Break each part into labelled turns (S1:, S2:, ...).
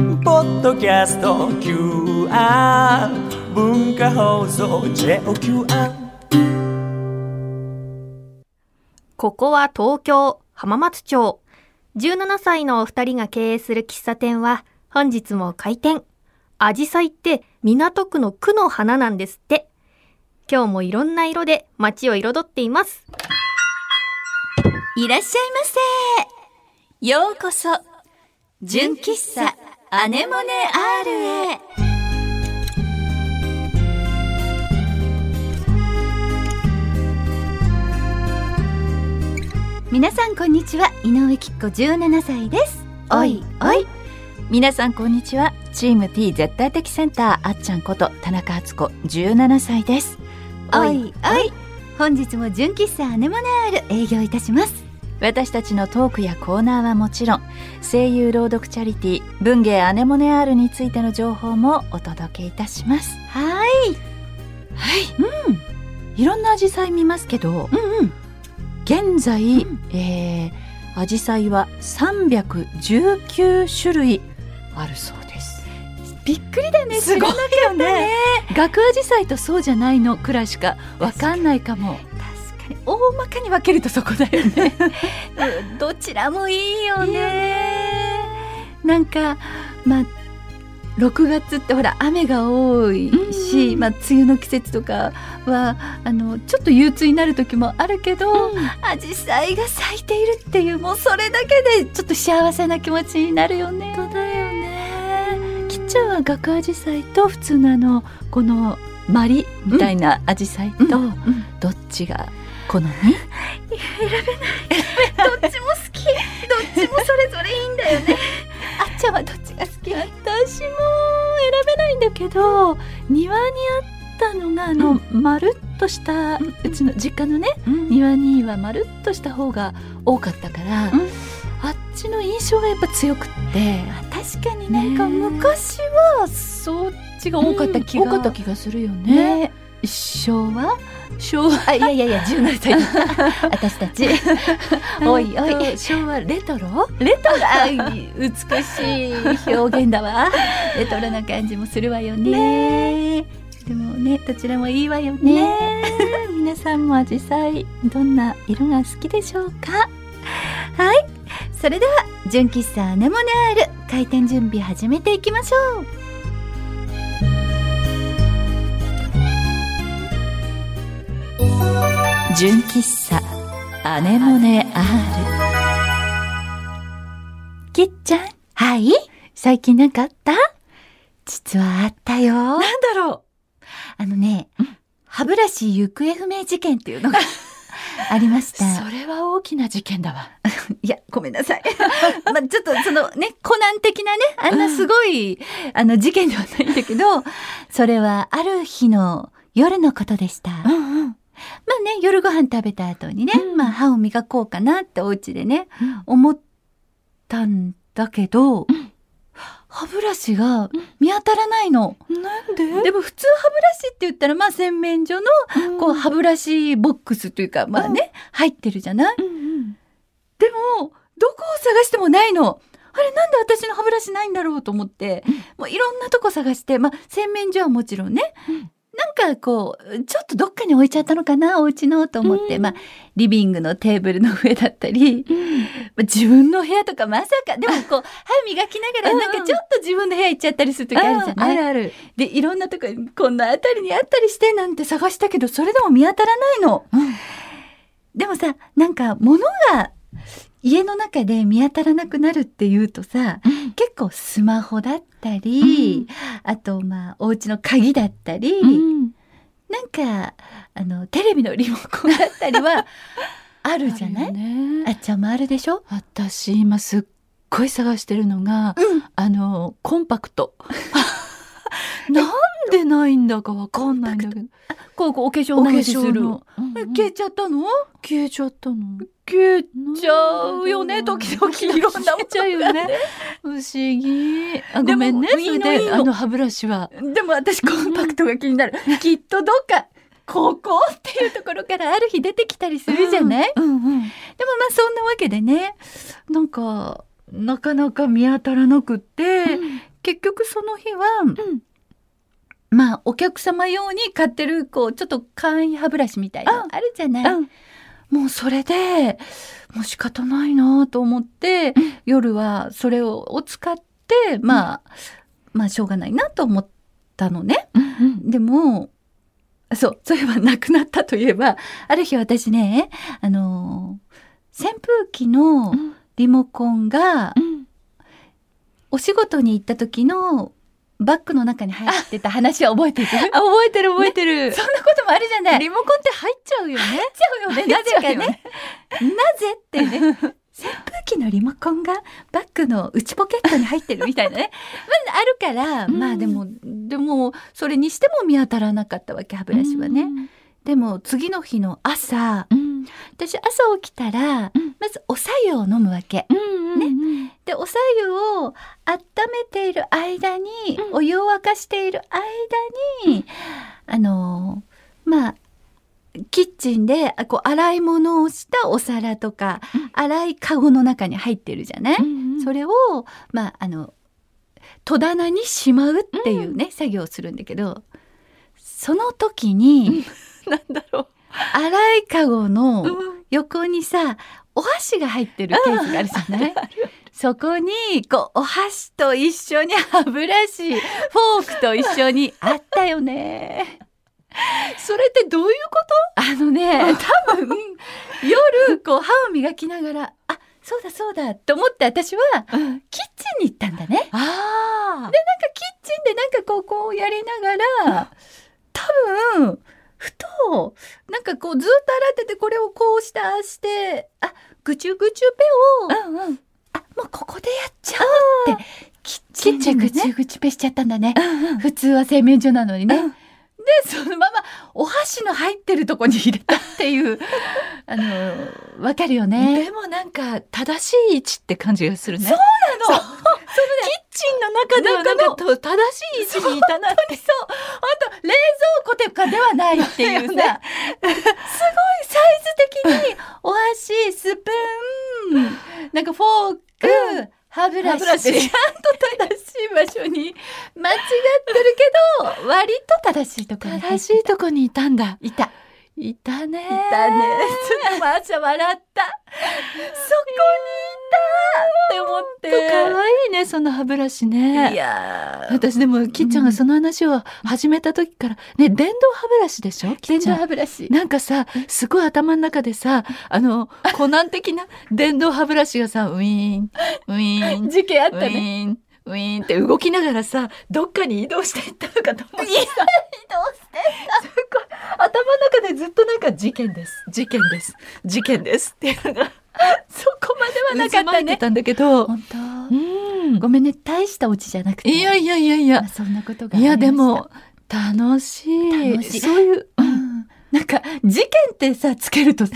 S1: ドキャスト QR 文化放送 JOQR
S2: ここは東京浜松町17歳のお二人が経営する喫茶店は本日も開店アジサイって港区の区の花なんですって今日もいろんな色で街を彩っています
S3: いらっしゃいませ。ようこそ、純喫茶アネモネ R へ。皆さんこんにちは、井上きっ子17歳です。おいおい。皆さんこんにちは、チーム P 絶対的センターあっちゃんこと田中敦子17歳です。おいおい。本日も純喫茶アネモネ R 営業いたします。私たちのトークやコーナーはもちろん声優朗読チャリティー文芸アネモネアールについての情報もお届けいたしますはいはいうんいろんな紫陽花見ますけど、現在、えー、紫陽花は319種類あるそうですびっくりだねすごいよね学アジサイとそうじゃないのくらいしかわかんないかも確かに大まかに分けるとそこだよね どちらもいいよねなんかまあ6月ってほら雨が多いし、まあ、梅雨の季節とかはあのちょっと憂鬱になる時もあるけど紫陽花が咲いているっていうもうそれだけでちょっと幸せな気持ちになるよね。本当だよねきっちゃんは学アジサイと普通のあのこのマリみたいなアジサイと、どっちが好み
S4: どっちも好きどっちもそれぞれいいんだよね
S3: あっちゃんはどっちが好き私も選べないんだけど庭にあったのがあの、まるっとした、うちの実家のね、庭にはまるっとした方が多かったから、
S4: ん
S3: あっちの印象がやっぱ強くって
S4: 確かに
S3: なんか
S4: 昔はそっちが
S3: 多かった気が、
S4: 多か
S3: 多かっ
S4: ったた
S3: 気がするよね。
S4: ね
S3: 昭和昭和
S4: あいやいやいや17歳 私た ち
S3: お
S4: お
S3: い
S4: い
S3: お
S4: お
S3: い
S4: い
S3: 昭和レトロ
S4: レトロあい美しい表現だ わレトロな感じもするわよね
S3: でもねどちらもいいわよ
S4: ね
S3: ね皆さんも紫陽花どんな色が好きでしょうか
S4: はいそれでは純喫茶アネモネアール開店準備始めていきましょう
S3: 純喫茶アネモネアールきっちゃん
S4: はい
S3: 最近なんかあったなん
S4: 実はあったよ
S3: だろ
S4: あのね、歯ブラシ行方不明事件っていうのがありまし
S3: う
S4: た。
S3: れは大きな事件だわ
S4: いや、ごめんなさい。まあちょっとそのね、コナン的なね、あんなすごい、あの事件ではないんだけど、それはある日の夜のことでした。
S3: う
S4: ま
S3: んうん
S4: あね、夜ご飯食べた後にね、
S3: うん
S4: まあ歯を磨こうかなってお家でね、
S3: うん
S4: 思ったんだけど、歯ブラシが見当たらないの。
S3: なんで
S4: でも普通歯ブラシって言ったら、まあ洗面所のこう歯ブラシボックスというか、まあね、入ってるじゃない
S3: うんうん
S4: でも、どこを探してもないの。あれなんで私の歯ブラシないんだろうと思って、もういろんなとこ探して、まあ洗面所はもちろんね、
S3: うん
S4: なんかこう、ちょっとどっかに置いちゃったのかな、お家のと思って、
S3: うん
S4: まあリビングのテーブルの上だったり、
S3: うん
S4: まあ自分の部屋とかまさか、でもこう、歯磨きながら
S3: うんうん
S4: なんかちょっと自分の部屋行っちゃったりする時あるじゃない、
S3: ある
S4: で、いろんなとこに、こんなあたりにあったりしてなんて探したけど、それでも見当たらないの。
S3: うん
S4: でもさ、なんか物が家の中で見当たらなくなるっていうとさ、
S3: うん
S4: 結構スマホだったり、あとまあお家の鍵だったり、
S3: うん
S4: なんかあのテレビのリモコンだったりはあるじゃない
S3: あ
S4: あ,、
S3: るよね
S4: っちゃんもあるでしょ
S3: 私今すっごい探してるのが、
S4: うん
S3: あのコンパクトなんでないんだかわかんないんだけど
S4: こうこうお化粧
S3: お化
S4: 直しす
S3: 粧
S4: る。
S3: の、
S4: え
S3: うん
S4: 消えちゃったの
S3: 消えちゃったの
S4: 消え
S3: ち
S4: ちゃうよね、時 々いろんなも
S3: ちゃう
S4: の
S3: よ
S4: がね
S3: ね。不思議あ
S4: で
S3: ご
S4: も
S3: めんねそ
S4: いい
S3: れ
S4: の
S3: で
S4: いいの
S3: あの歯ブラシは
S4: でも私コンパクトが気になる。きっとどっか、ここっていうところからある日出てきたりするじゃない、
S3: うんうん
S4: でもまあそんなわけでね、なんか、なかなか見当たらなくって、
S3: うん
S5: 結局その日は、
S3: ん
S5: まあお客様用に買ってるこうちょっと簡易歯ブラシみたいな
S3: うん
S5: あるじゃない、もうそれでもう仕方ないなと思って、夜はそれをを使ってまあ、まあしょうがないなと思ったのね。でもそうそういえば亡くなったといえばある日私ねあのー扇風機のリモコンがお仕事に行った時のバッグの中に入ってた話は覚えてるそんなこ
S3: あ覚えてる覚えてる、
S5: ともあるじゃない
S3: リモコンって入っちゃうよね
S5: 入っちゃうよねなぜかねなぜってね扇風機のリモコンがバッグの内ポケットに入ってるみたいな ねまああるから、
S3: うん
S5: まあでもでもそれにしても見当たらなかったわけ歯ブラシはね、でも次の日の朝
S3: うん
S5: 私朝起きたら、
S3: うん
S5: まずお白湯を飲むわけ
S3: うんうんね
S5: でお白湯を温めている間に、
S3: うん
S5: お湯を沸かしている間に、あのまあキッチンであこう洗い物をしたお皿とか、
S3: うん
S5: 洗いカゴの中に入ってるじゃない、そ
S3: それ
S5: れをまああの戸棚にしまうっていうね、作業をするんだけどその時に
S3: なんだろ
S5: 洗いカゴの、
S3: う、
S5: 横にさお箸が入ってるケースがあるじゃないそこにこうお箸と一緒に歯ブラ シフォークと一緒にあったよね
S3: それってどういうこ
S5: あの ね多分夜こう歯を磨きながらあそうだそうだと思って私は
S3: と、
S5: キッチンに行ったんだねなんか
S3: ああ
S5: キッチンでなんかこうこうやりながら多分ふとなんかこうずっと洗っててこれをこうしてああしてあぐちゅぐちゅペを
S3: うんうん
S5: あもうここでやっちゃおうってキッチンで
S3: キッチンでね
S5: ぐちゅぐちゅペしちゃったんだね
S3: うん
S5: 普通は洗面所なのにね、
S3: うん
S5: でそのままお箸の入ってるとこに入れたっていう あのわかるよね
S3: でもなんか正しい位置って感じがするね。
S5: そう
S3: なの。キッチンの中ではなんかと正しい位置にいたなって。
S5: あと冷蔵庫とかではないっていう さ、
S3: だよ
S5: すごいサイズ的にお箸スプーンなんかフォーク、歯ブラ
S3: 歯
S5: シ
S3: ブラシ
S5: ってちゃんと正しい場所に間違ってるけど割と正しいところに入
S3: 正
S5: って
S3: しいとこにいたんだ。
S5: いた。
S3: いたね。い
S5: いたね。ちょっとマーシャ笑った。そこにいたって思
S3: 可愛いねその歯ブラシ
S5: って。い
S3: ね。
S5: やー。
S3: 私でもきっちゃんがその話を始めた時から、ね電動歯ブラシでしょきっ
S5: 電
S3: ちゃ
S5: 動
S3: ん
S5: 歯ブラシ。
S3: なんかさすごい頭の中でさあのコナン的な電動歯ブラシがさウィーンウィーン
S5: 事件あった
S3: ウ
S5: ね。
S3: ィーンウィーンって動きながらさどっかに移動していったのかと思ってさ頭の中でずっとなんか事件です事件です事件ですっていうのが
S5: そこまではな
S3: 渦
S5: かっ
S3: 巻
S5: た
S3: いて
S5: ね。
S3: たんだけど、
S5: 本
S3: う
S5: 当。
S3: ん、
S5: ごめんね、大したオチじゃなくて。
S3: いやいやいやい
S5: ま
S3: や
S5: あそんなことが。
S3: いやで。も楽しい
S5: 楽しい
S3: そういう、
S5: う
S3: うん
S5: ん。なんか事件ってさつけるとさ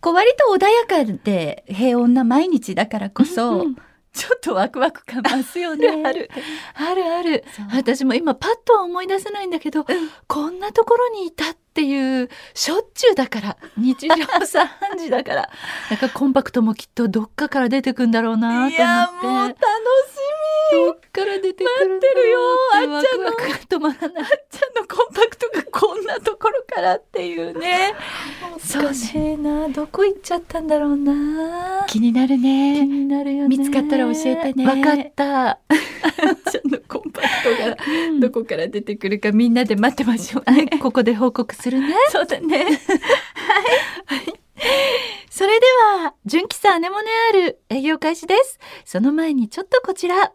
S5: こう割と穏やかで平穏な毎日だからこそ、
S3: うん
S5: ちょっとワクワク感増すよ ね
S3: あるあるある
S5: そう
S3: 私も今パッとは思い出せないんだけど、こんなところにいたっていうしょっちゅうだ から日常茶飯事だからなんかコンパクトもきっとどっかから出てくんだろうなと思って
S5: いやもう楽し
S3: どっから出てくるんだろうってワクワクが止まらないあっちゃんのコンパクトがこんなところからっていうね
S5: 懐かし
S3: いなどこ行っちゃったんだろうな
S5: 気になるね
S3: 気になるよね
S5: 見つかったら教えてね
S3: わかったあ っちゃんのコンパクトが
S5: ど
S3: ど
S5: こから出てくるかみんなで待ってましょうね。
S3: ここで報告するね。
S5: そうだ ね。はい。
S3: それでは、純喫茶アネモネアール営業開始です。その前にちょっとこちら。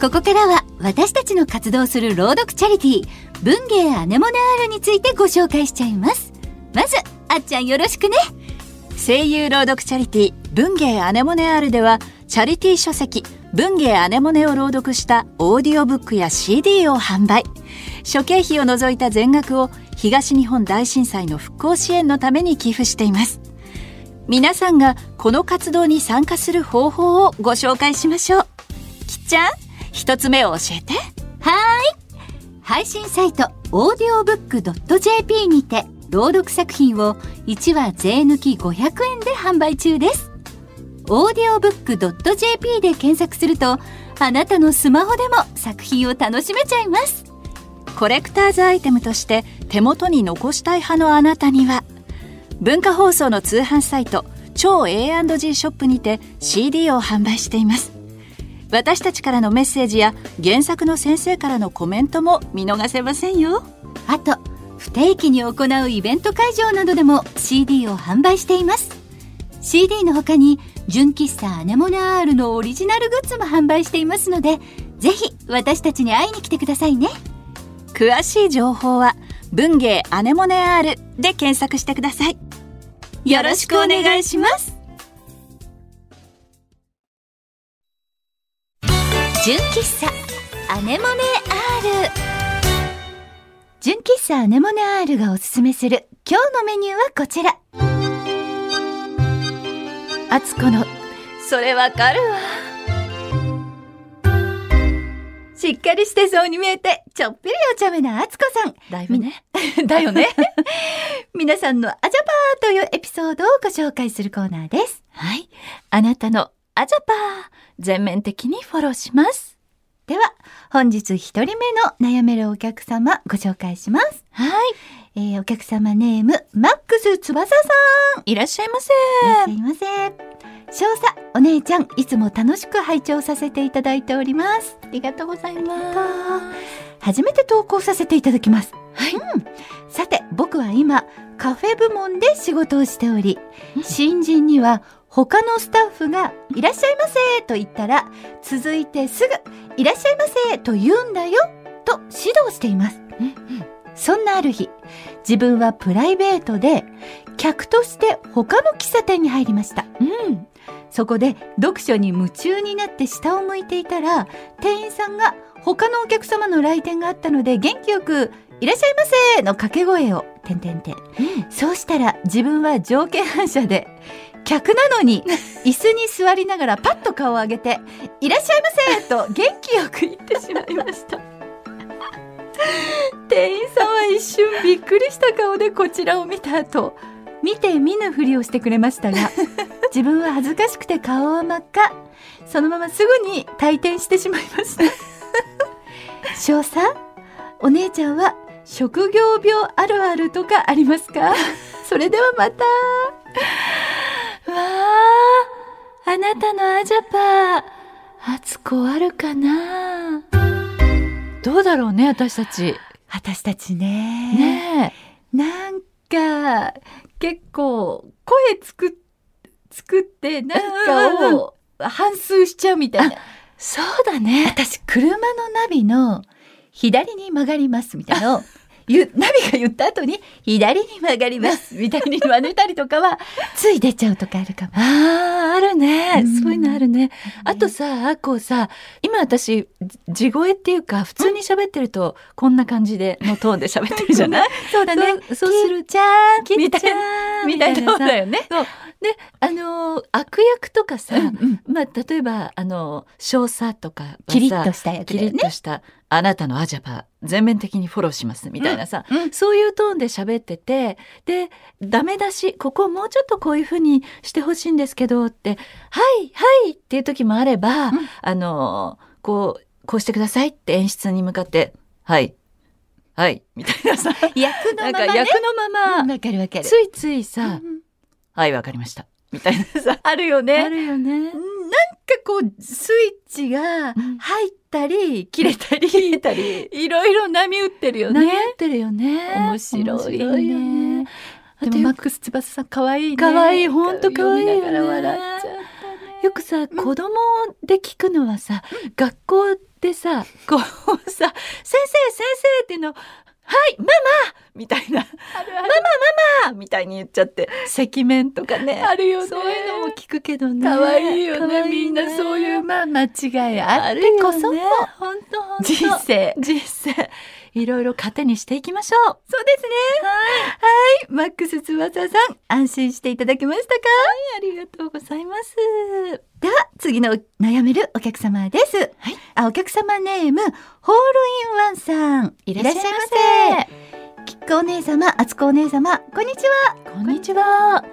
S6: ここからは私たちの活動する朗読チャリティー文芸アネモネアールについてご紹介しちゃいますまずあっちゃんよろしくね声優朗読チャリティー文芸アネモネアールではチャリティー書籍文芸アネモネを朗読したオーディオブックや CD を販売諸経費を除いた全額を東日本大震災の復興支援のために寄付しています皆さんがこの活動に参加する方法をご紹介しましょうきっちゃん一つ目を教えてはーい配信サイトオーディオブック .jp にて朗読作品を1話税抜き500円で販売中です
S5: audiobook.jp で検索するとあなたのスマホでも作品を楽しめちゃいます
S7: コレクターズアイテムとして手元に残したい派のあなたには文化放送の通販サイト超 A&G ショップにて CD を販売しています私たちからのメッセージや原作の先生からのコメントも見逃せませんよ
S5: あと不定期に行うイベント会場などでも CD を販売しています CD の他に純喫茶アネモナアールのオリジナルグッズも販売していますのでぜひ私たちに会いに来てくださいね
S7: 詳しい情報は文芸アネモネアールで検索してくださいよろしくお願いします
S5: 純喫茶アネモネアール純喫茶アネモネアールがおすすめする今日のメニューはこちら
S3: あつこのそれわかるわ
S5: しっかりしてそうに見えてちょっぴりお茶目なあつこさん
S3: だいぶね
S5: だよね 皆さんのアジャパーというエピソードをご紹介するコーナーです
S3: はいあなたのアジャパー全面的にフォローします
S5: では本日一人目の悩めるお客様ご紹介します
S3: はい
S5: えーお客様ネームマックス翼さん
S3: いらっしゃいませ
S5: すいません。少佐、お姉ちゃん、いつも楽しく拝聴させていただいております。
S3: ありがとうござい
S5: 初めて投稿させていただきます。
S3: はい
S5: うんさて、僕は今、カフェ部門で仕事をしており
S3: う、ん
S5: 新人には、他のスタッフが、いらっしゃいませと言ったら、続いてすぐ、いらっしゃいませと言うんだよと指導しています。そんなある日、自分はプライベートで、客として他の喫茶店に入りました。
S3: うん
S5: そこで読書に夢中になって下を向いていたら店員さんが他のお客様の来店があったので元気よく「いらっしゃいませ」の掛け声をてんてんてんそうしたら自分は条件反射で客なのに椅子に座りながらパッと顔を上げて「いらっしゃいませ」と元気よく言ってしまいました。 店員さんは一瞬びっくりした顔でこちらを見た後見て見ぬふりをしてくれましたが自分は恥ずかしくて顔は真っ赤そのまますぐに退店してしまいました少佐お姉ちゃんは職業病あるあるとかあります かそれではまた
S3: わあ、あなたのアジャパー、初子あるかなどうだろうね、私たち。
S5: 私たちね
S3: ね
S5: なんか結構声つく作ってなんかを反数しちゃうみたいな
S3: え。そうだね。
S5: 私車のナビの左に曲がりますみたいなのをゆナビが言った後に左に曲がりますみたいに真似たりとかは つい出ちゃうとかあるかも。
S3: ああ、あるね
S5: う。ん
S3: そういうのあるね。あとさ、こうさ、今私、地声っていうか、普通に喋ってると、こんな感じで、のトーンで喋ってるじゃない
S5: そうだね。
S3: そうそうする。
S5: ちゃん
S3: み
S5: み
S3: た
S5: た
S3: い
S5: いな
S3: な、
S5: みたいな
S3: さ
S5: だよね。
S3: で、あのー悪役とかさ、
S5: うん
S3: まあ、例えば、あのー少佐とかはさ、
S5: キリッとしたやつ
S3: キ
S5: だ
S3: リ
S5: よ
S3: ッ
S5: ね。
S3: とした、あなたのアジャパー、全面的にフォローします、みたいなさ、
S5: うんうん
S3: そういうトーンで喋ってて、で、ダメ出し、ここもうちょっとこういうふうにしてほしいんですけど、って、はい、はいっていう時もあれば、
S5: うん
S3: あのーこう、こうしてくださいって演出に向かって、はい、はい、みたいな さ、
S5: 役
S3: なん
S5: のま
S3: か
S5: ま
S3: 役
S5: ね。
S3: のまま、
S5: わかるわかる。
S3: ついついさ、
S5: うん
S3: はい、わかりました。みたいなさ、
S5: あるよね。
S3: るよね。
S5: なんかこうスイッチが入ったり切れたり切れたりいろいろ波打ってるよ
S3: 悩ん
S5: ね。
S3: でるよね。
S5: 面白いね
S3: 面よね。あ
S5: で
S3: と
S5: もマ
S3: よ
S5: ックス翼さん可愛いね。
S3: 可愛いほんと可愛いよね
S5: 読みながら笑っちゃう。
S3: くよくさ、子供で聞くのはさ、学校でさ、こうさ、先生先生っていうの、はい、ママみたいな、ママママみたいに言っちゃって、赤面とかね。
S5: あるよね。
S3: そういうのも聞くけどね。
S5: 可愛いよね
S3: 可愛
S5: みんなそういうまあ間違いあ
S3: あ
S5: っ
S3: る
S5: て
S3: よ
S5: こ
S3: ね
S5: その。
S3: 本当本当。
S5: 人生。
S3: 実践いろいろ糧にしていきましょう。
S5: そうですね。はい。マックス翼さん、安心していただけましたか
S3: ありがとうございます。
S5: では、次の悩めるお客様です。はい。あ、お客様ネーム、ホールインワンさん。い
S3: らっしゃいませ
S5: らっしゃいませ。きっこお姉様、あつこお姉様、こんにちは。
S3: こんにちは。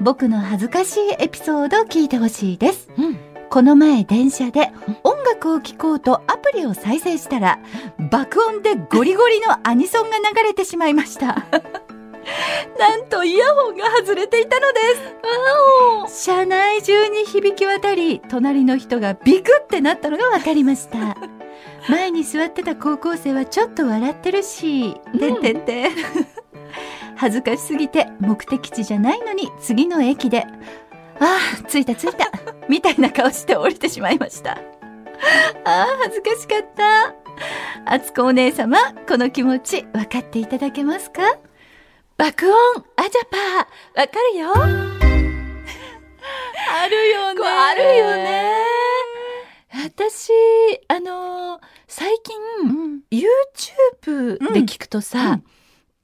S5: 僕の恥ずかしいエピソードを聞いてほしいです、
S4: うん
S5: この前電車で音楽を聴こうとアプリを再生したら爆音でゴリゴリのアニソンが流れてしまいましたなんとイヤホンが外れていたのです車内中に響き渡り隣の人がビクってなったのがわかりました前に座ってた高校生はちょっと笑ってるし、てんてんてん恥ずかしすぎて目的地じゃないのに次の駅でああ着いた着いたみたいな顔して降りてしまいましたああ恥ずかしかったあつこお姉様この気持ち分かっていただけますか
S3: 爆音アジャパーわかるよあ
S4: これ
S3: るよねあ
S4: あ
S3: る
S4: る
S3: よ
S4: よ
S3: ね
S4: ね
S3: 私あのー最近、YouTube
S4: ん
S3: で聞くとさ、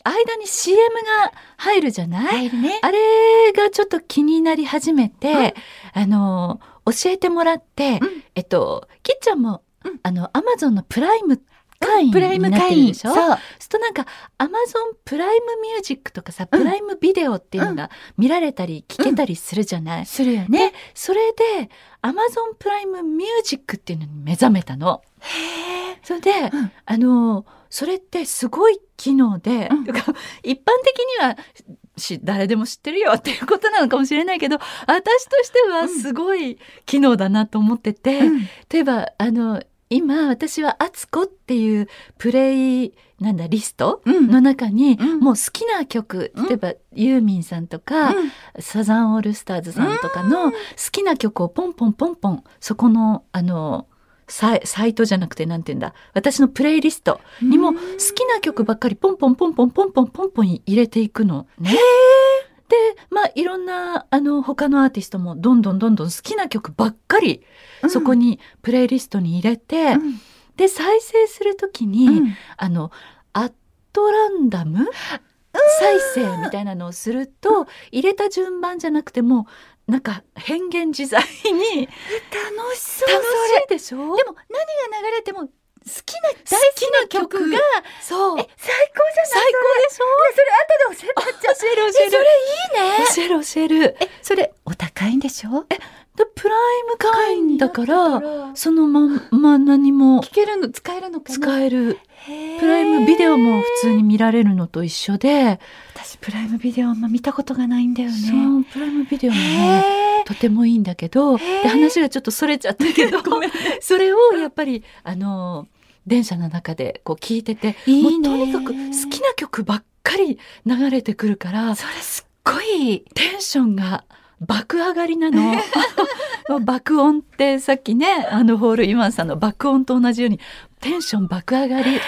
S3: 間に CM が入るじゃない、
S5: 入るね
S3: あれがちょっと気になり始めて、あのー教えてもらって、えっときっちゃんも、あのアマゾンのプライム会員
S5: プライ
S3: に
S5: ム
S3: なって
S5: 会
S3: るで
S5: 員
S3: しょそうするとなんかアマゾンプライムミュージックとかさ、プライムビデオっていうのが見られたり聞けたりするじゃない、
S5: するよね
S3: それでアマゾンプライムミュージックっていうのに目覚めたの。それで、
S5: ん
S3: あのそれってすごい機能で、
S5: うん
S3: とか 一般的にはし誰でも知ってるよっていうことなのかもしれないけど私としてはすごい機能だなと思ってて、
S5: うん
S3: 例えばあの今私は「あつこ」っていうプレイなんだリスト
S5: うん
S3: の中に、
S5: うん
S3: もう好きな曲、
S5: うん
S3: 例えばユーミンさんとか、
S5: うん
S3: サザンオールスターズさんとかの好きな曲をポンポンポンポンそこのあのサイサイトじゃなくてなんて言うんだ私のプレイリストにも好きな曲ばっかりポンポンポンポンポンポンポンポン入れていくのね。でまあいろんなあの他のアーティストもどんどんどんどん好きな曲ばっかりそこにプレイリストに入れて、
S5: うん
S3: で再生するときに、
S5: うん
S3: あのアットランダム再生みたいなのをすると入れた順番じゃなくてもうなんか変幻自在に
S5: 楽しそう
S3: 楽
S5: 楽
S3: しいでしょ
S5: でも何が流れても好きな
S3: 好
S5: 大
S3: きな曲がそう
S5: え最高じゃない
S3: 最
S5: 高でしょそれ後で教えて
S3: 高教える
S5: えそれいいね
S3: 教える教える教える
S5: えそれお高いんでしょ
S3: でプライム会員だから
S5: 聞
S3: そのまんま何も
S5: けるの使えるのかな
S3: 使える
S5: プ
S3: プライムビデオも普通に見られるのと一緒で
S5: 私プライムビデオあんま見たことがないんだよ
S3: そ
S5: ね。
S3: うプライムビデオもね
S5: へー
S3: とてもいいんだけど、
S5: へー
S3: で話がちょっとそれちゃった けどそれをやっぱりあの電車の中でこう聞いてて
S5: いいね
S3: もうとにかく好きな曲ばっかり流れてくるから
S5: それす
S3: すっごいテンションが爆上がりな の。もう爆音ってさっきねあのホールイマンさんの爆音と同じようにテンション爆上がり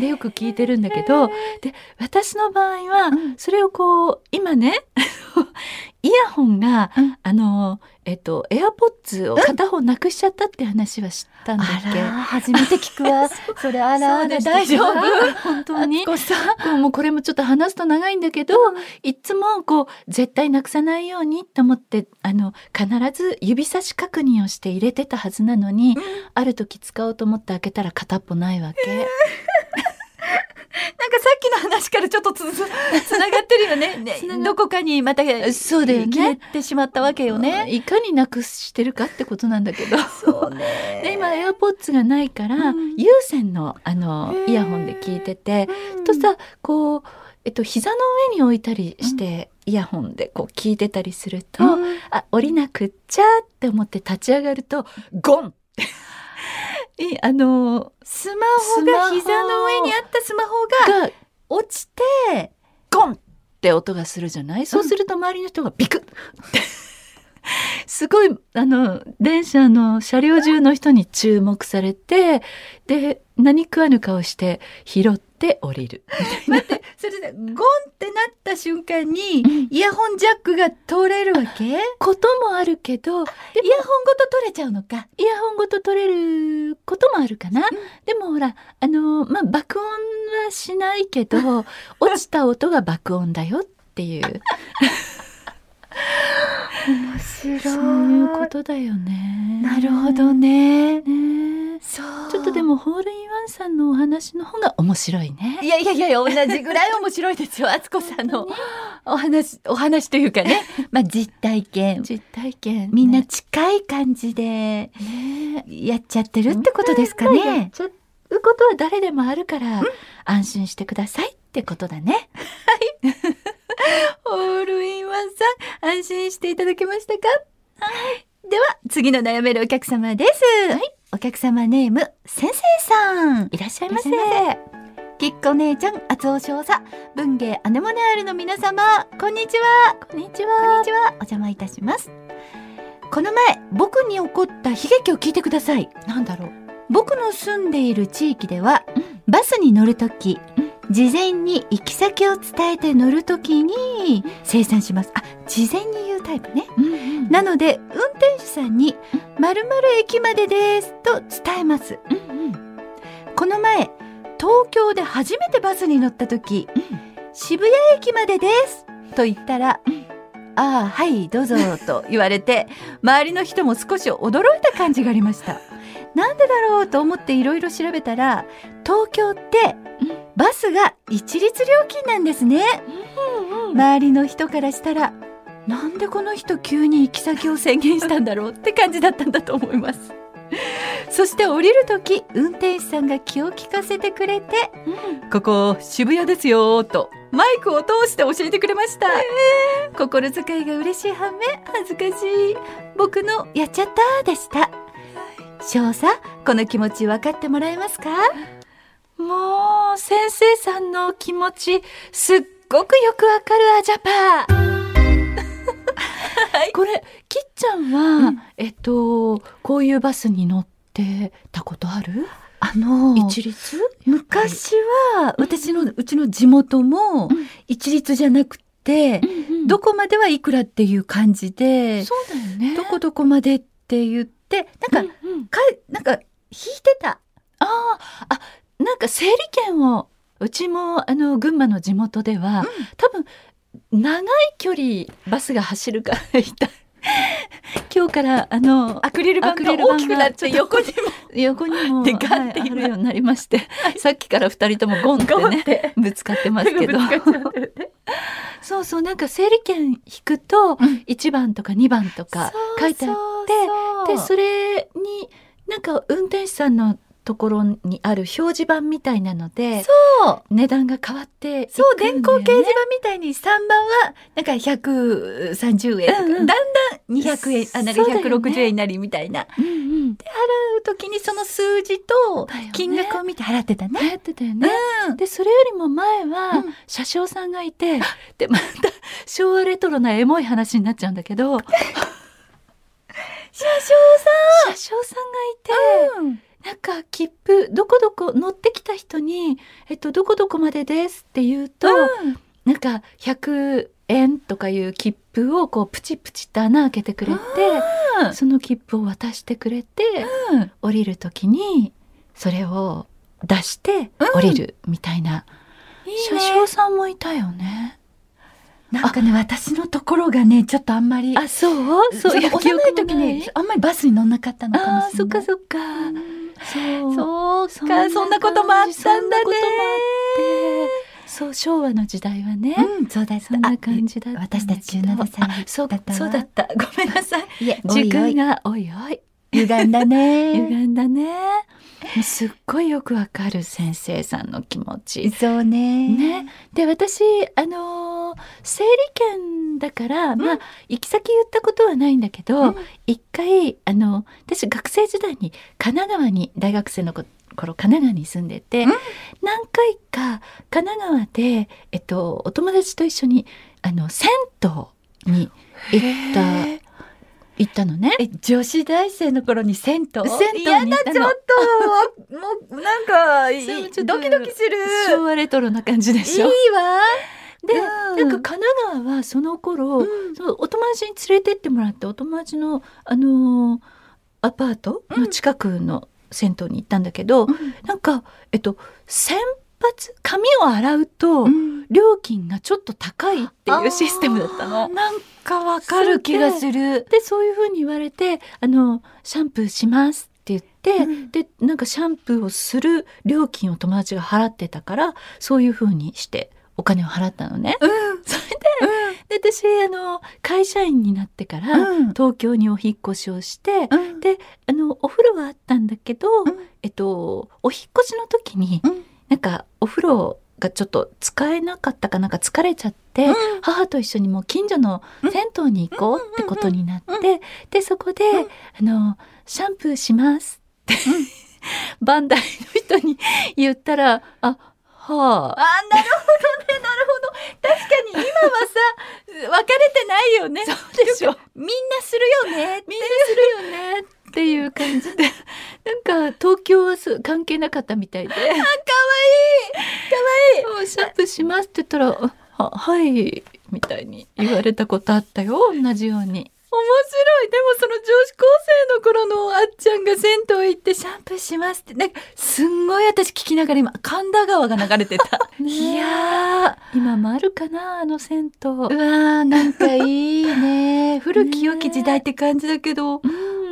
S3: でよく聞いてるんだけどで私の場合はそれをこう今ね イヤホンが、
S5: うん
S3: あのえっとエアポッツを片方なくしちゃったって話は知ったんだっけ、
S5: 初めて聞くわ。 それあら
S3: そうでした
S5: 大丈夫
S3: 本当に
S5: こ さ
S3: こうもうこれもちょっと話すと長いんだけど、いつもこう絶対なくさないようにと思ってあの必ず指差し確認をして入れてたはずなのに、ある時使おうと思って開けたら片っぽないわけ。
S5: なんかさっきの話からちょっとつつ ながってるよね。ね
S3: 繋がっ
S5: どこかにまた決
S3: そうだよ
S5: め
S3: ね。
S5: てしまったわけよね。
S3: いかになくしてるかってことなんだけど。 で今 AirPods がないから、有線のあのイヤホンで聞いてて、とさこう、えっと、膝の上に置いたりして、イヤホンでこう聞いてたりすると、あ降りなくっちゃって思って立ち上がるとゴンって いあの
S5: スマホが膝の上にあったスマホが
S3: が
S5: 落ちて
S3: ゴンって音がするじゃないそうすると周りの人がビクッって すごいあの電車の車両中の人に注目されてで何食わぬ顔して拾って降りる
S5: それでゴンってなった瞬間にイヤホンジャックが取れるわけイヤホン
S3: こともあるけどで
S5: ごと取れちゃうのか。
S3: イヤホンごと取れることもあるかな、でもほらあのまあ爆音はしないけ ど落ちた音が爆音だよっていう
S5: 面白い。
S3: そういうことだよね
S5: なるほどね。
S3: ね
S5: そう
S3: ちょょっとでもホールインワンさんのお話の方が面白いね。
S5: いやいやいや、同じぐらい面白いですよ。敦子さんのお話、お話というか ね。まあ実体験。
S3: 実体験
S5: みんな近い感じでやっちゃってるってことですか
S3: そんなのやっ
S5: ね。
S3: ちゃうことは誰でもあるから安心してくださいってことだね。
S5: ホールインワンさん、安心していただけましたかでは、次の悩めるお客様です。お客様ネーム、先生さん。いらっしゃ
S3: い
S5: い
S3: ら
S5: ま
S3: っし
S5: せ
S3: ゃいませ。
S5: きっこ姉ちゃん、あつお少佐、文芸アネモネアールの皆様、こんにちは。こんにちは。こんにちは。お邪魔いたします。この前、僕に起こった悲劇を聞いてください。なんだろう。
S3: 僕の住んでいる地域では、バスに乗るとき、事前に行き先を伝えて乗るときに生産します。あ、事前に言うタイプね。なので、運転手さんに、〇〇駅までですと伝えます。この前、東京で初めてバスに乗ったとき、渋谷駅までですと言ったら、ああ、はい、どうぞと言われて、周りの人も少し驚いた感じがありました。なんでだろうと思っていろいろ調べたら、東京ってバスが一律料金なんですね。周りの人からしたら、なんでこの人急に行き先を宣言したんだろうって感じだったんだと思います。そして降りるとき、運転手さんが気を利かせてくれて、ここ渋谷ですよーと、マイクを通して教えてくれました。心遣いが嬉しい反面、恥ずかしい。僕のやっちゃったでした。少佐、この気持ち分かってもらえますか
S5: もう、先生さんの気持ち、すっごくよくわかるアジャパ ー。
S3: これ、きっちゃんは、えっと、こういうバスに乗ってたことある
S5: あの
S3: 一律
S5: 昔は、私の、うちの地元も、一律じゃなくて、
S3: ど、
S5: どこまではいくらっていう感じで、
S3: そうだよね。
S5: どこどこまでって言って、なんか、かなんか、引いてた。
S3: ああ、あ、なんか整理券を、うちも、あの、群馬の地元では、多分、長い距離、バスが走るから、い た。今日から、あの、
S5: アクリル板
S3: アクリ
S5: が
S3: ル板が
S5: 大きくなって横に も
S3: 横にも、
S5: でガンって
S3: は
S5: 今
S3: いあるようになりまして、さっきから二人ともゴンって
S5: ゴン
S3: ね、
S5: って
S3: ぶつかってますけど。
S5: 手がぶつかっちゃってるね
S3: そうそう、なんか整理券引くと、
S5: ん
S3: 1番とか2番とか書いてあっ
S5: って
S3: て、
S5: でそ
S3: それに、なんか運転手さんのところにある表示板みたいなので、
S5: そう
S3: 値段が変わっていくんだ
S5: そ
S3: よ
S5: う、
S3: ね、
S5: 電光掲示板みたいに3番は、なんか130円とか、
S3: うんうん
S5: だんだん200円、あ、なんか
S3: そうだよね
S5: 160円になりみたいな。
S3: うんうん
S5: 払うときにその数字と
S3: だよね
S5: 金額を見て払ってたね。
S3: 流行ってたよね、
S5: うん
S3: でそれよりも前は
S5: うん
S3: 車掌さんがいて、でまた昭和レトロなエモい話になっちゃうんだけど車
S5: 車掌
S3: 掌さんがいて、
S5: さん、
S3: なんか切符どこどこ乗ってきた人に「えっとどこどこまでです」って言うと、
S5: うん
S3: なんか100円とかいう切符をこうプチプチって穴開けてくれて、
S5: うん
S3: その切符を渡してくれて、降りる時にそれを出して降りるみたいな、
S5: いい
S3: 車
S5: ね。
S3: 掌さんもいたよね。
S5: なんかね、私のところがね、ちょっとあんまり、
S3: あそう
S5: そ、
S3: そうう
S5: 幼
S3: 記憶
S5: い時
S3: もな
S5: に、あんまりバスに乗んなかったのかも
S3: あー
S5: しれ
S3: そっ
S5: な
S3: か
S5: い。
S3: そっか、そう
S5: そう
S3: そんな
S5: そんなこともあったんだね。
S3: そんなこともあそう昭和の時代はね、
S5: うん、そうだった。
S3: そんな感じだったんだけ
S5: 私
S3: ど
S5: たち17歳
S3: あそう
S5: だったわ
S3: そうだったごめんなさい
S5: あいえ、お
S3: 時
S5: いお
S3: 間
S5: い、
S3: がおいおい
S5: 歪ん だね。
S3: 歪んだねすっごいよくわかる先生さんの気持ち
S5: そうね。
S3: ね、で私あのー整理券だから、まあ行き先言ったことはないんだけど、一回あの私学生時代に神奈川に大学生の頃神奈川に住んでて、何回か神奈川で、えっと、お友達と一緒にあの銭湯に行った
S5: へ
S3: 行ったのね。
S5: え、女子大生の頃に銭
S3: 銭
S5: 湯
S3: 湯に行ったの
S5: やだ、ちょっ とわもう、なんか、い
S3: それもちょっと
S5: ドキドキす
S3: 昭
S5: る。
S3: 和レトロな感じで
S5: いい
S3: しょ
S5: わ。
S3: で、
S5: う
S3: なんか神奈川はその頃、
S5: うん
S3: そのお友達に連れてってもらってお友達の、あのーアパートの近くの銭湯に行ったんだけど、なんか、えっと、洗髪髪を洗うと、
S5: うん
S3: 料金がちょっと高いって
S5: あ
S3: い
S5: ー
S3: うシステムだったの。
S5: なんかわかる気がする。
S3: でそういうふうに言われてあの「シャンプーします」って言って、でなんかシャンプーをする料金を友達が払ってたからそういう風にしてお金を払ったのね。それで,、で私あの会社員になってから、
S4: うん
S3: 東京にお引っ越しをして、
S4: うん
S3: であのお風呂はあったんだけど、
S4: ん
S3: えっと、お引っ越しの時に、
S4: うん
S3: なんかお風呂がちょっと使えなかったかなんか疲れちゃって、母と一緒にもう近所の銭湯に行こうってことになって、でそこで、あのシャンプーしますって、バンダイの人に言ったらあはあ。
S4: あなるほどねなるほど確かに今は さ別れてないよね
S3: そうでしょ
S4: みんなするよね
S3: みんなするよねっていう感 じでなんか東京はそう関係なかったみたいで「あかわいいかわいい」シャンプーします」って言ったらあ「ははい」みたいに言われたことあったよ同じように。面白いでもその女子高生の頃のあっちゃんが銭湯行ってシャンプーしますってなんかすんごい私聞きながら今神田川が流れ てたいや今もあるかなあの銭湯
S4: うわーなんかいいね 古き良き時代って感じだけど、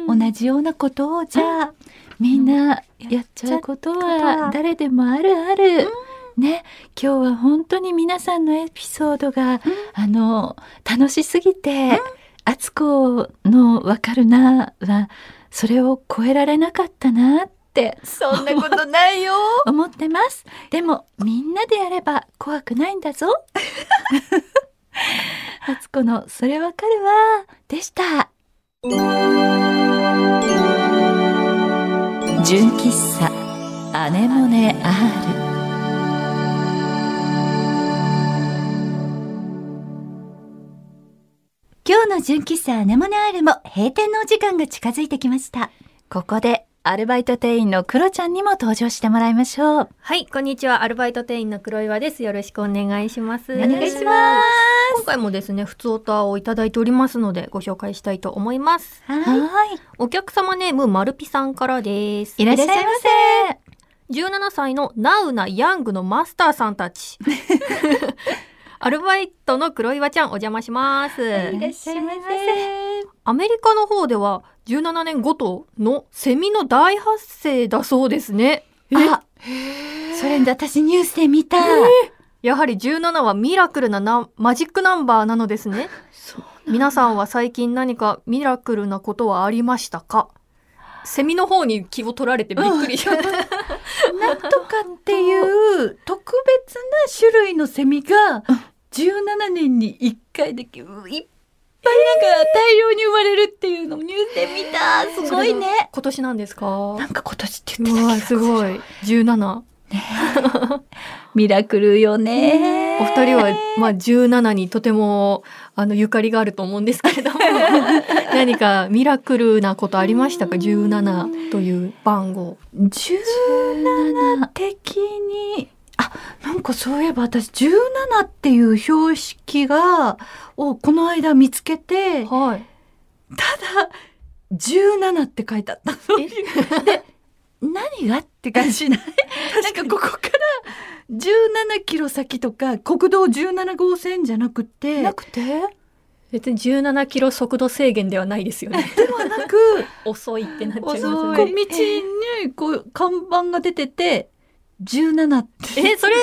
S4: 同じようなことをじゃあ、み
S3: み
S4: ん
S3: ん
S4: な
S3: なやっちゃうことは誰でもあるある。ね、今日は本当に皆さんのエピソードが、あの楽しすぎて、敦子のわかるなはそれを超えられなかったなって
S4: そんなことないよ
S3: 思ってます。でもみんなでやれば怖くないんだ ぞ。敦子のそれわかるわでした。
S4: 純喫茶アネモネ R
S5: 今日の純喫茶アネモネアールも閉店のお時間が近づいてきました。
S4: ここでアルバイト店員のクロちゃんにも登場してもらいましょう
S8: はい、こんにちは。アルバイト店員の黒岩です。よろしくお願いします。お
S4: 願いし
S8: ます。今回もですね、普通オタをいただいておりますので、ご紹介したいと思います。
S4: はい
S8: お客様ネーム、まるぴさんからです。
S4: いらっしゃいませ
S8: 17歳のナウナヤングのマスターさん たち。アルバイトの黒岩ちゃんお邪魔します。
S4: っしゃいませ
S8: アメリカの方では17年ごとのセミの大発生だそうですね。
S4: あそれ私ニュースで見た、
S8: やはり17はミラクルななマジックナンバーなのですね。皆さんは最近何かミラクルなことはありましたかセミの方に気を取られてびっくり。
S3: なんとかっていう特別な種類のセミが17年に1回だけういっぱいなんか大量に生まれるっていうのをニュースで見たすごいね。
S8: 今年なんですか
S3: なんか今年って言って
S8: う
S3: た
S8: わ
S3: けど
S8: すごい17
S3: ミラクルよね
S8: お二人は、まあ、17にとてもあのゆかりがあると思うんですけれ ども何かミラクルなことありましたか17という番号
S3: 17的にあなんかそういえば私17っていう標識がをこの間見つけて
S8: はい
S3: ただ17って書いてあったそういうで何がって感じし ないなんかここから17キロ先とか国道17号線じゃなくて
S8: なくて別に17キロ速度制限ではないですよね
S3: ではなく
S8: 遅いってなっちゃい
S3: こ
S8: ま
S3: う
S8: す
S3: 道
S8: よね
S3: にこう看板が出てて17って
S8: えそれ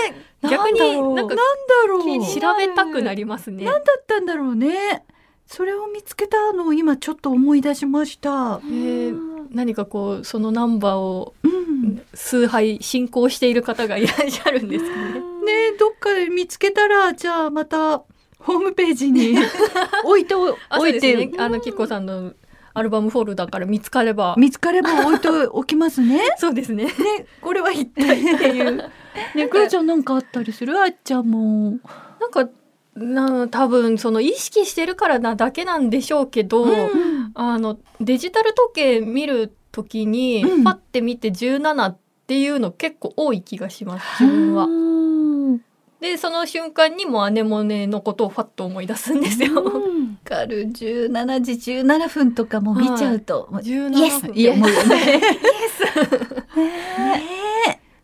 S8: 逆になんか
S3: なんだろう
S8: 調べたくなりますね
S3: 何だったんだろうねそれを見つけたのを今ちょっと思い出しました
S8: えー何かこうそのナンバーを
S3: うんね
S8: 崇拝信仰している方がいらっしゃるんですかね
S3: どっかで見つけたらじゃあまたホームページ に置いてお
S8: あ
S3: 置い
S8: そう
S3: て、
S8: ですね、あのキッコさんのアルバムフォルダから見つかれば
S3: 見つかれば置いておきますね
S8: そうですね
S3: ね これは一体っていうねくるちゃんなんかあったりするあっちゃんも
S8: なんかな多分その意識してるからなだけなんでしょうけど、あのデジタル時計見るときに、
S3: うん
S8: パッて見て17っていうの結構多い気がします自分は。
S3: うん
S8: でその瞬間にもうアネモネのことをファッと思い出すんですよ。
S3: かる17時17分とかも見ちゃうと、 もう
S8: 17分
S3: いやもうね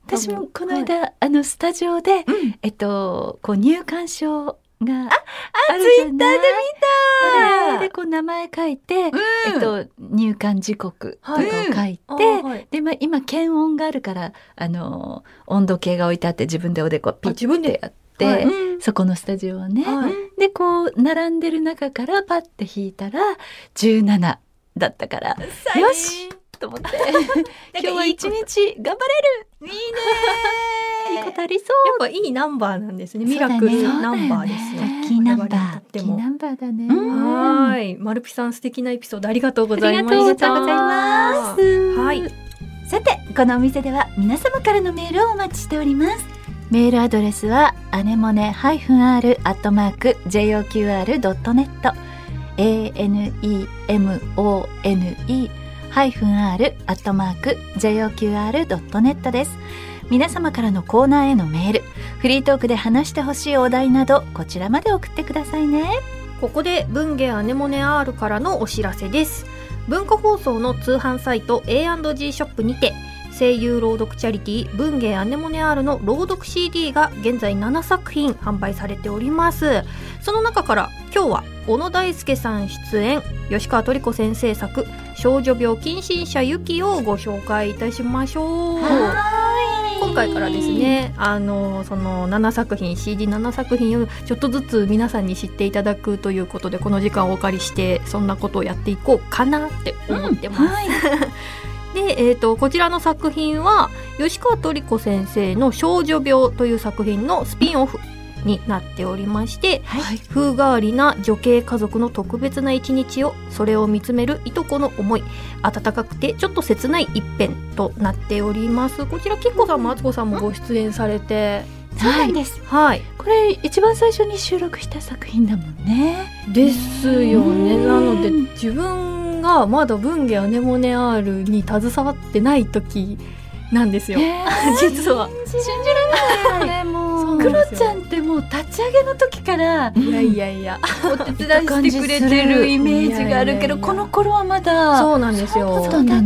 S4: 私もこの間あのスタジオで、えっとこう入館証
S5: があ
S3: あ
S5: るじ
S3: ツイ
S5: ゃない
S3: ッターで見
S5: あ
S3: た
S5: れでこう名前書いて、えっと、入館時刻とかを書いて、
S8: で、
S5: で、まあ、今検温があるからあの温度計が置いてあって自分でおでこピッてやって、
S8: はい
S5: そこのスタジオをね、
S8: はい
S5: でこう並んでる中からパッて引いたら17だったからよしと 思って今日は一日頑張れるいいね いいことありそう
S8: やっぱいいナンバーなんですね。ミラクルナンバーですよ。
S5: キーナンバ
S8: 我々に
S5: ー
S8: とっ
S5: キ
S8: て
S5: ー
S8: も
S5: ナンバーだね、
S8: はーい、マルピさん素敵なエピソードありがとうございまし
S5: あ
S8: た。
S5: りがとうございま
S8: はい、
S9: さてこのお店では皆様からのメールをお待ちしております
S3: メールアドレスはアネモネ -r-joqr.net anemone -r-joqr.net です皆様からのコーナーへのメールフリートークで話してほしいお題などこちらまで送ってくださいね
S8: ここで文芸アネモネ R からのお知らせです文化放送の通販サイト A&G ショップにて声優朗読チャリティー文芸アネモネ R の朗読 CD が現在7作品販売されておりますその中から今日は小野大輔さん出演吉川トリコ先生作少女病近親者ユキをご紹介いたしましょう今回からですねあのその7作品 CD7 作品をちょっとずつ皆さんに知っていただくということでこの時間をお借りしてそんなことをやっていこうかなって思ってます。で、えー、とこちらの作品は吉川トリコ先生の「少女病」という作品のスピンオフになっておりまして、風変わりな女系家族の特別な一日をそれを見つめるいとこの思い温かくてちょっと切ない一編となっておりますこちらきっこさんもあつこさんもご出演されて
S3: そうなんです、
S8: はい
S3: これ一番最初に収録した作品だもんね
S8: ですよね
S3: うん
S8: なので自分がまだ文芸アネモネ R に携わってない時なんですよ実は
S3: 信じられないよねもう
S8: そう
S3: ク
S8: な
S3: ロ
S8: んです
S3: ち
S8: よ
S3: ゃんってもう立ち上げの時から
S8: いやいやいや
S3: お手伝いしてくれてるイメージがあるけど
S8: いやいやいや
S3: この頃はまだ
S8: そうなんです
S3: そ
S8: よ
S3: うだったんだ
S8: う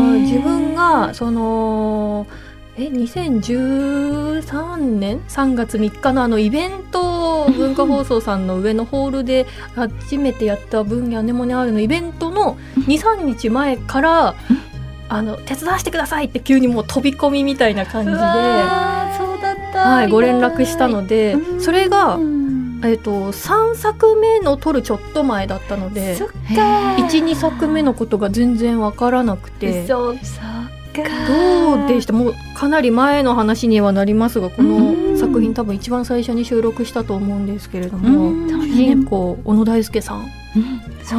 S8: ん
S3: ね
S8: 自分がそのえ2013年3月3日のあのイベントを文化放送さんの上のホールで初めてやった「分野アネモネアール」のイベントの23日前からあの手伝わせてくださいって急にもう飛び込みみたいな感じで、
S3: あ
S8: は
S3: ーそうだった
S8: い、ご連絡したので
S3: うん
S8: それが
S3: う、ん
S8: えっと3作目の撮るちょっと前だったので
S3: そっか
S8: 12作目のことが全然わからなくて。
S3: そう
S8: どうでしたもうかなり前の話にはなりますがこの作品多分一番最初に収録したと思うんですけれども、
S3: そうだ
S8: 主
S3: ね
S8: 人公小野大輔さん、そう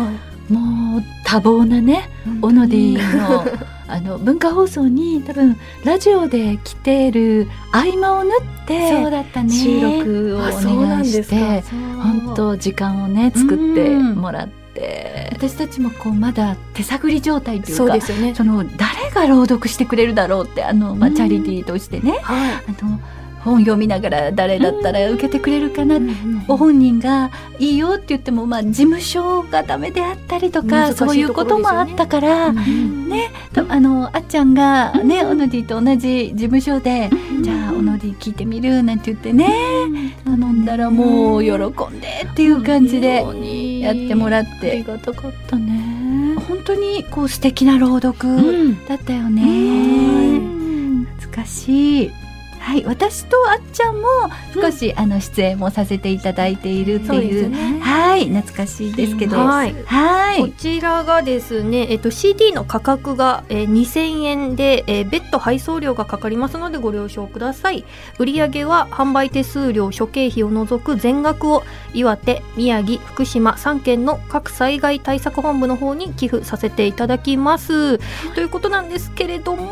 S3: もう多忙なねオノディのあの文化放送に多分ラジオで来てる合間を縫って
S5: そうだったね
S3: 収録をお
S8: あそうな
S3: 願
S8: ん
S3: い
S8: で
S3: し
S8: すか
S3: て本当時間をね作って
S5: うん
S3: もらって私たちもこうまだ手探り状態という
S8: そう
S3: か
S8: ですよね
S3: その誰が朗読してくれるだろうってあの、まあ、チャリティーとしてね、
S8: は
S3: あの本読みながら誰だったら受けてくれるかな、ご
S8: お
S3: 本人がいいよって言っても、まあ、事務所がダメであったりとか
S8: 難しいと
S3: そ
S8: ころ
S3: ういうこともあったから、ねとあのあっちゃんがね、オノディと同じ事務所で、じゃあオノディ聞いてみるなんて言ってね、頼んだらもう喜んでっていう感じでやってもらって、
S5: ありがたかったね
S3: 本当にこう素敵な朗読だったよね、懐かしいはい私とあっちゃんも少し、あの出演もさせていただいているって
S8: そうで
S3: い
S8: す
S3: う
S8: よね
S3: はい懐かしいですけど
S8: はい
S3: はい
S8: こちらがですね、えっと、CD の価格が、えー2000円で、えー別途配送料がかかりますのでご了承ください売上は販売手数料諸経費を除く全額を岩手宮城福島3県の各災害対策本部の方に寄付させていただきますということなんですけれども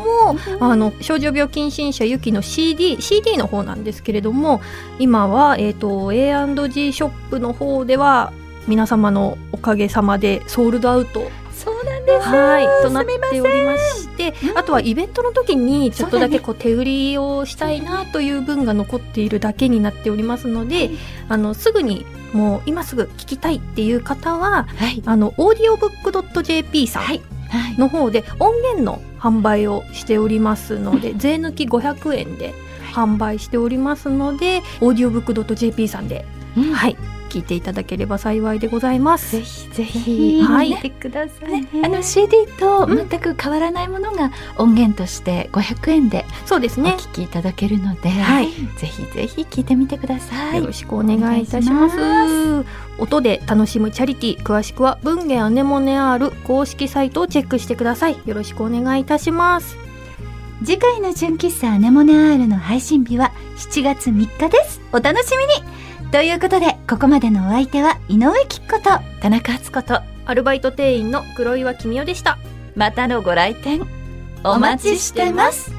S8: あの少女病近親者ゆきの CD CD の方なんですけれども今は、えー、と A&G ショップの方では皆様のおかげさまでソールドアウト
S3: そうなんです
S8: はいとなっ
S3: すみま
S8: ておりまして、あとはイベントの時にちょっとだけこう手売りをしたいなという分が残っているだけになっておりますので、あのすぐにもう今すぐ聞きたいっていう方は
S3: はい
S8: あのオーディオブックドット JP さん
S3: はい
S8: の方で音源の販売をしておりますので、税抜き500円で販売しておりますので、オーディオブックドット JP さんで
S4: うん
S8: はい聞いていただければ幸いでございます
S4: ぜひぜひ
S8: はい
S4: 見てくださいね
S3: ね
S4: あの CD と全く変わらないものが音源として500円で
S8: そうです
S4: お
S8: ね
S4: 聞きいただけるので、
S8: はい
S4: ぜひぜひ聞いてみてください。
S8: よろしくお願いいたします
S4: お願
S8: 音で楽しむチャリティー詳しくは文芸アネモネアール公式サイトをチェックしてくださいよろしくお願いいたします
S3: 次回の純喫茶アネモネアールの配信日は7月3日です。お楽しみにということで、ここまでのお相手は井上貴子と田中敦子と
S8: アルバイト店員の黒岩君代でした
S4: またのご来店
S3: お待ちしてます。